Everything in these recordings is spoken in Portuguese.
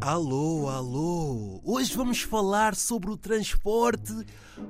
Alô, alô! Hoje vamos falar sobre o transporte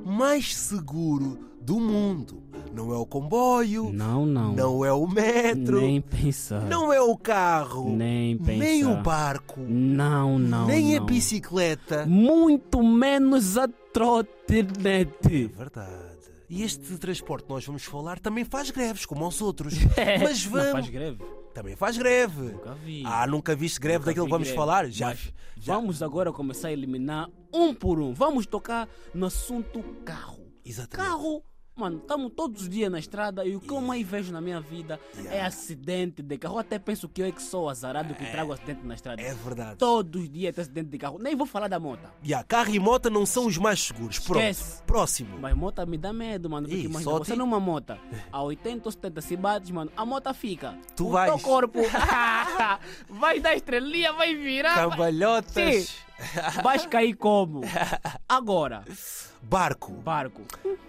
mais seguro do mundo. Não é o comboio, Não, não. não é o metro, Nem pensar. não é o carro, Nem pensar. nem o barco, Não, não. nem é não. a bicicleta. Muito menos a trotinete. É Verdade. E este transporte que nós vamos falar também faz greves, como aos outros. Mas É, Não vamos. faz greve? Também faz greve. Nunca vi. Ah, nunca viste greve Nunca daquilo vi que vamos greve. falar? Já. Mas já. Vamos agora começar a eliminar um por um. Vamos tocar no assunto carro. Exatamente. Carro. Mano, estamos todos os dias na estrada e o que eu Yeah. mais vejo na minha vida é Yeah. acidente de carro. Eu até penso que eu é que sou azarado que trago acidente na estrada. É verdade. Todos os dias tem acidente de carro. Nem vou falar da moto. Ya, carro e moto não são os mais seguros. Pronto. Esquece. Próximo. Mas moto me dá medo, mano. Porque Ih, imagina, só você te- numa moto, a 80 ou 70 se bates, mano, a moto fica. Tu o vais. teu corpo vai dar estrelinha, vai virar. vai- Cambalhotas. Sim. Vais cair como? Agora, Barco. barco.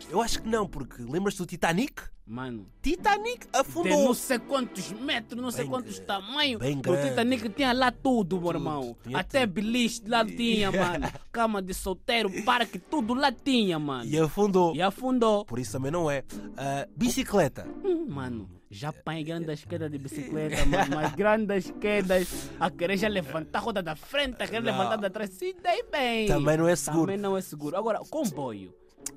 Eu acho que não, porque lembras do Titanic? Mano, Titanic tem não afundou. sei quantos metros, não sei Bem quantos grande, tamanhos. bem No grande. Titanic tinha lá tudo, meu irmão. tinha Até beliche lá tinha, mano. Cama de solteiro, parque, tudo lá tinha, mano. E afundou. E afundou. Por isso também não é. Ah, bicicleta. Hum, Uhum. Mano, É, já apanhei grandes quedas de bicicleta, mano. Mas grandes quedas a querer já levantar a roda da frente, a querer Não. levantar da trás. Se dei bem. Também não é seguro. Também não é seguro. Agora, comboio.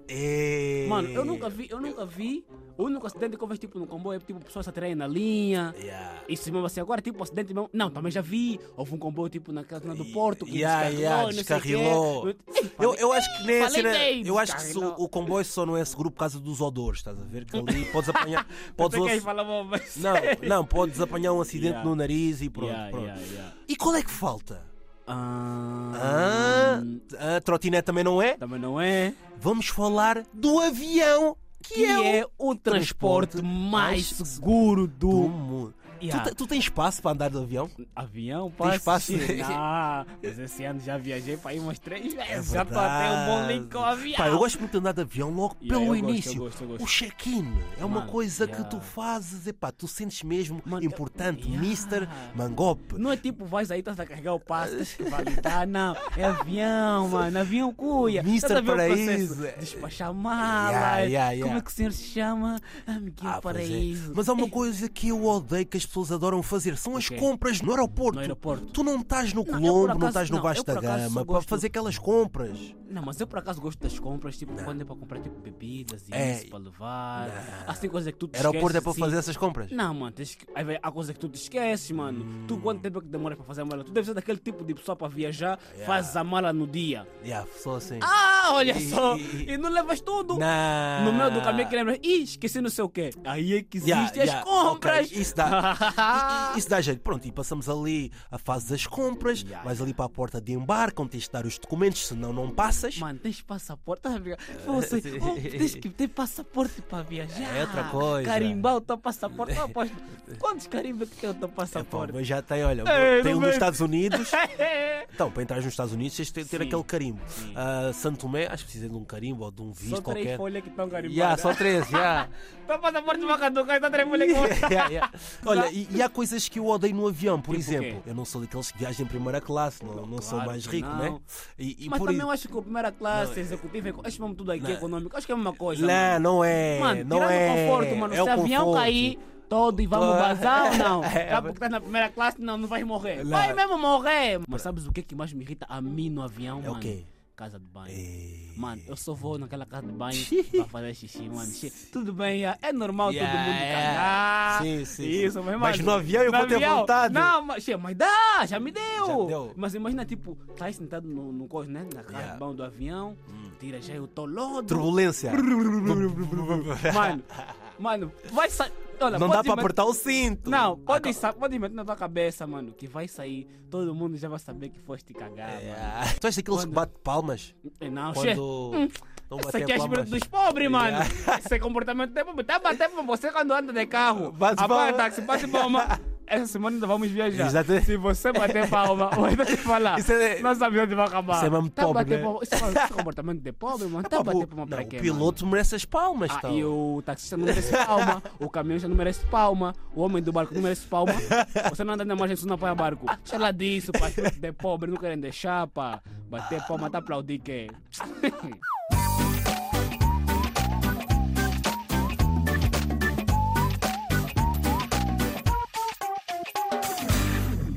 É... Mano, eu nunca vi, eu nunca vi. O único acidente que eu vejo tipo no comboio é tipo pessoas se atraem na linha. Ya. Isso mesmo assim, agora tipo acidente mesmo. Não, também já vi. Houve um comboio tipo naquela zona do Porto que Ya, ya, descarrilou, descarrilou. não sei o quê. Ei, Eu, falei, eu acho que nem a falei cena- bem, Eu acho que só- descarrilou. o comboio só não é seguro por causa dos odores, estás a ver? Que ali podes apanhar. podes pensei que ouço- aí falava, mas- não, não, podes apanhar um acidente Ya. no nariz e pronto. Ya, pronto. ya, ya. E qual é que falta? Ah, Ah, a trotinete também não é? Também não é. Vamos falar do avião que, que é, é o transporte transporte mais mais seguro o do do mundo. Yeah. Tu, te- tu tens espaço para andar de avião? avião para espaço? Ah, mas esse ano já viajei para ir umas três vezes. já estou até É verdade. um bom link com o avião. Pá, eu gosto muito de andar de avião logo Yeah, pelo eu gosto, início. eu gosto, eu gosto. O check-in é uma Mano, coisa yeah. que tu fazes, epá, tu sentes mesmo Mano, eu- importante, Yeah. Mr. Mangope. Não é tipo, vais aí, estás a carregar o passo, tens que validar, não. É avião, mano, avião cuia. Mr. Estás a ver o Paraíso. processo? Despachar mala. Yeah, yeah, Como yeah. é que o senhor se chama? Ah, Miguel Ah, pois é. Paraíso. Mas há uma coisa que eu odeio que as pessoas adoram fazer, são as Ok. compras no aeroporto. No aeroporto. Tu não estás no Não, eu por Colombo, não acaso- estás no não, eu Vasco da por acaso só Gama para gosto- fazer aquelas compras. Não, mas eu por acaso gosto das compras, tipo, quando é para comprar tipo bebidas e É. isso para levar. Assim, coisa que tu te Aeroporto é esqueces, para assim. fazer essas compras? Não, mano, tens que... aí vem- há coisa que tu te esqueces, mano. Tu Hum. quanto tempo é que demora para fazer a mala? Tu deve ser daquele tipo de pessoa para viajar, fazes a mala no dia. Yeah, só assim. Ah, olha E- só! e- E não levas tudo! Não. No meio do caminho que lembra, ih, esqueci não sei o quê. Aí é que existem Yeah, as yeah, compras! ok, isso dá. I- i- Isso dá jeito. Pronto, e passamos ali a fase das compras, Yeah. vais ali para a porta de embarque, onde tens de dar os documentos, senão não passas. Mano, tens passaporte? Tá ligado? Você, sim. oh, tens que ter passaporte para viajar. É outra coisa. Carimbar o teu passaporte. Eu aposto. Quantos carimbos que tem o teu É, Pô, passaporte? mas já tem, olha, Ei, tem não um vem- dos Estados Unidos. Então, para entrar nos Estados Unidos, tens de ter, ter Sim. aquele carimbo. Ah, Santo Tomé, acho que precisa de um carimbo ou de um visto Só três qualquer. folhas que estão carimbadas. Yeah, só três, yeah. Teu passaporte vai caducar, só três folhas que vão- Yeah, yeah. Olha, e, e há coisas que eu odeio no avião, por Tipo o exemplo. quê? Eu não sou daqueles que viajam em primeira classe, não, não sou claro mais que rico, não. né? E, e Mas por também é eu isso. acho que a primeira classe, executiva, eco- acho mesmo tudo aqui econômico. Acho que é a mesma coisa. Não, mano. não é. Mano, não tirando é. o conforto, mano. É se o o avião conforto. cair todo e vamos Tô- vazar ou não? É, Já porque estás na primeira classe, não, não vais morrer. Lá. Vai mesmo morrer. Mas sabes o que é que mais me irrita a mim no avião, É o mano? quê? Casa de banho. É. Mano, eu só vou naquela casa de banho pra fazer xixi, mano. Xi- Tudo bem, é- é normal Yeah, todo mundo yeah. cagar. Sim, sim, Isso, sim. mas, mano, Mas no avião eu no vou ter avião- vontade. Não, mas, xi, mas dá, já me deu. Já me deu. Mas imagina, tipo, tá aí sentado no, no coisa, né? Na casa Yeah. Hum. de banho do avião, tira já o tolodo. Turbulência. Mano, mano, vai sair. Olha, Não pode dá para imaginar- apertar o cinto. Não, pode, Ah, sa- pode meter na tua cabeça, mano, que vai sair. Todo mundo já vai saber que foste cagar, mano. yeah. Tu és daqueles que bate palmas? É, Não, xi. É. Quando. não Isso batem aqui é espírito palmas. dos pobres, mano. Yeah. tá Esse comportamento é pobre. Tá batendo pra você quando anda de carro. Bate palma. Apanha táxi, bate palma. essa semana ainda vamos viajar. Exatamente. Se você bater palma, eu ainda te falar. Isso é- Nossa avião vai acabar. Isso é mesmo tá pobre, bater né? palma- Isso é- isso é comportamento de pobre, mano. Tá Pá, bater o- palma não, pra o quê? mano? piloto tá merece as palmas, Ah, tal. e o taxista não merece palma, o caminhão já não merece palma, o homem do barco não merece palma. Você não anda na margem, você não apoia barco. Sei lá disso, pá. De pobre, não querem deixar, pá. Bater palma, tá aplaudir quem?